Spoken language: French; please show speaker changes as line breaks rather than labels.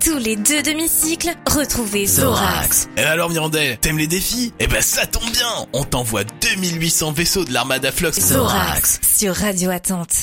tous les deux demi-cycles, retrouvez Zorax.
Et alors Mirandais, t'aimes les défis Eh ben ça tombe bien On t'envoie 2800 vaisseaux de l'armada Flox.
Zorax sur Radio Attente.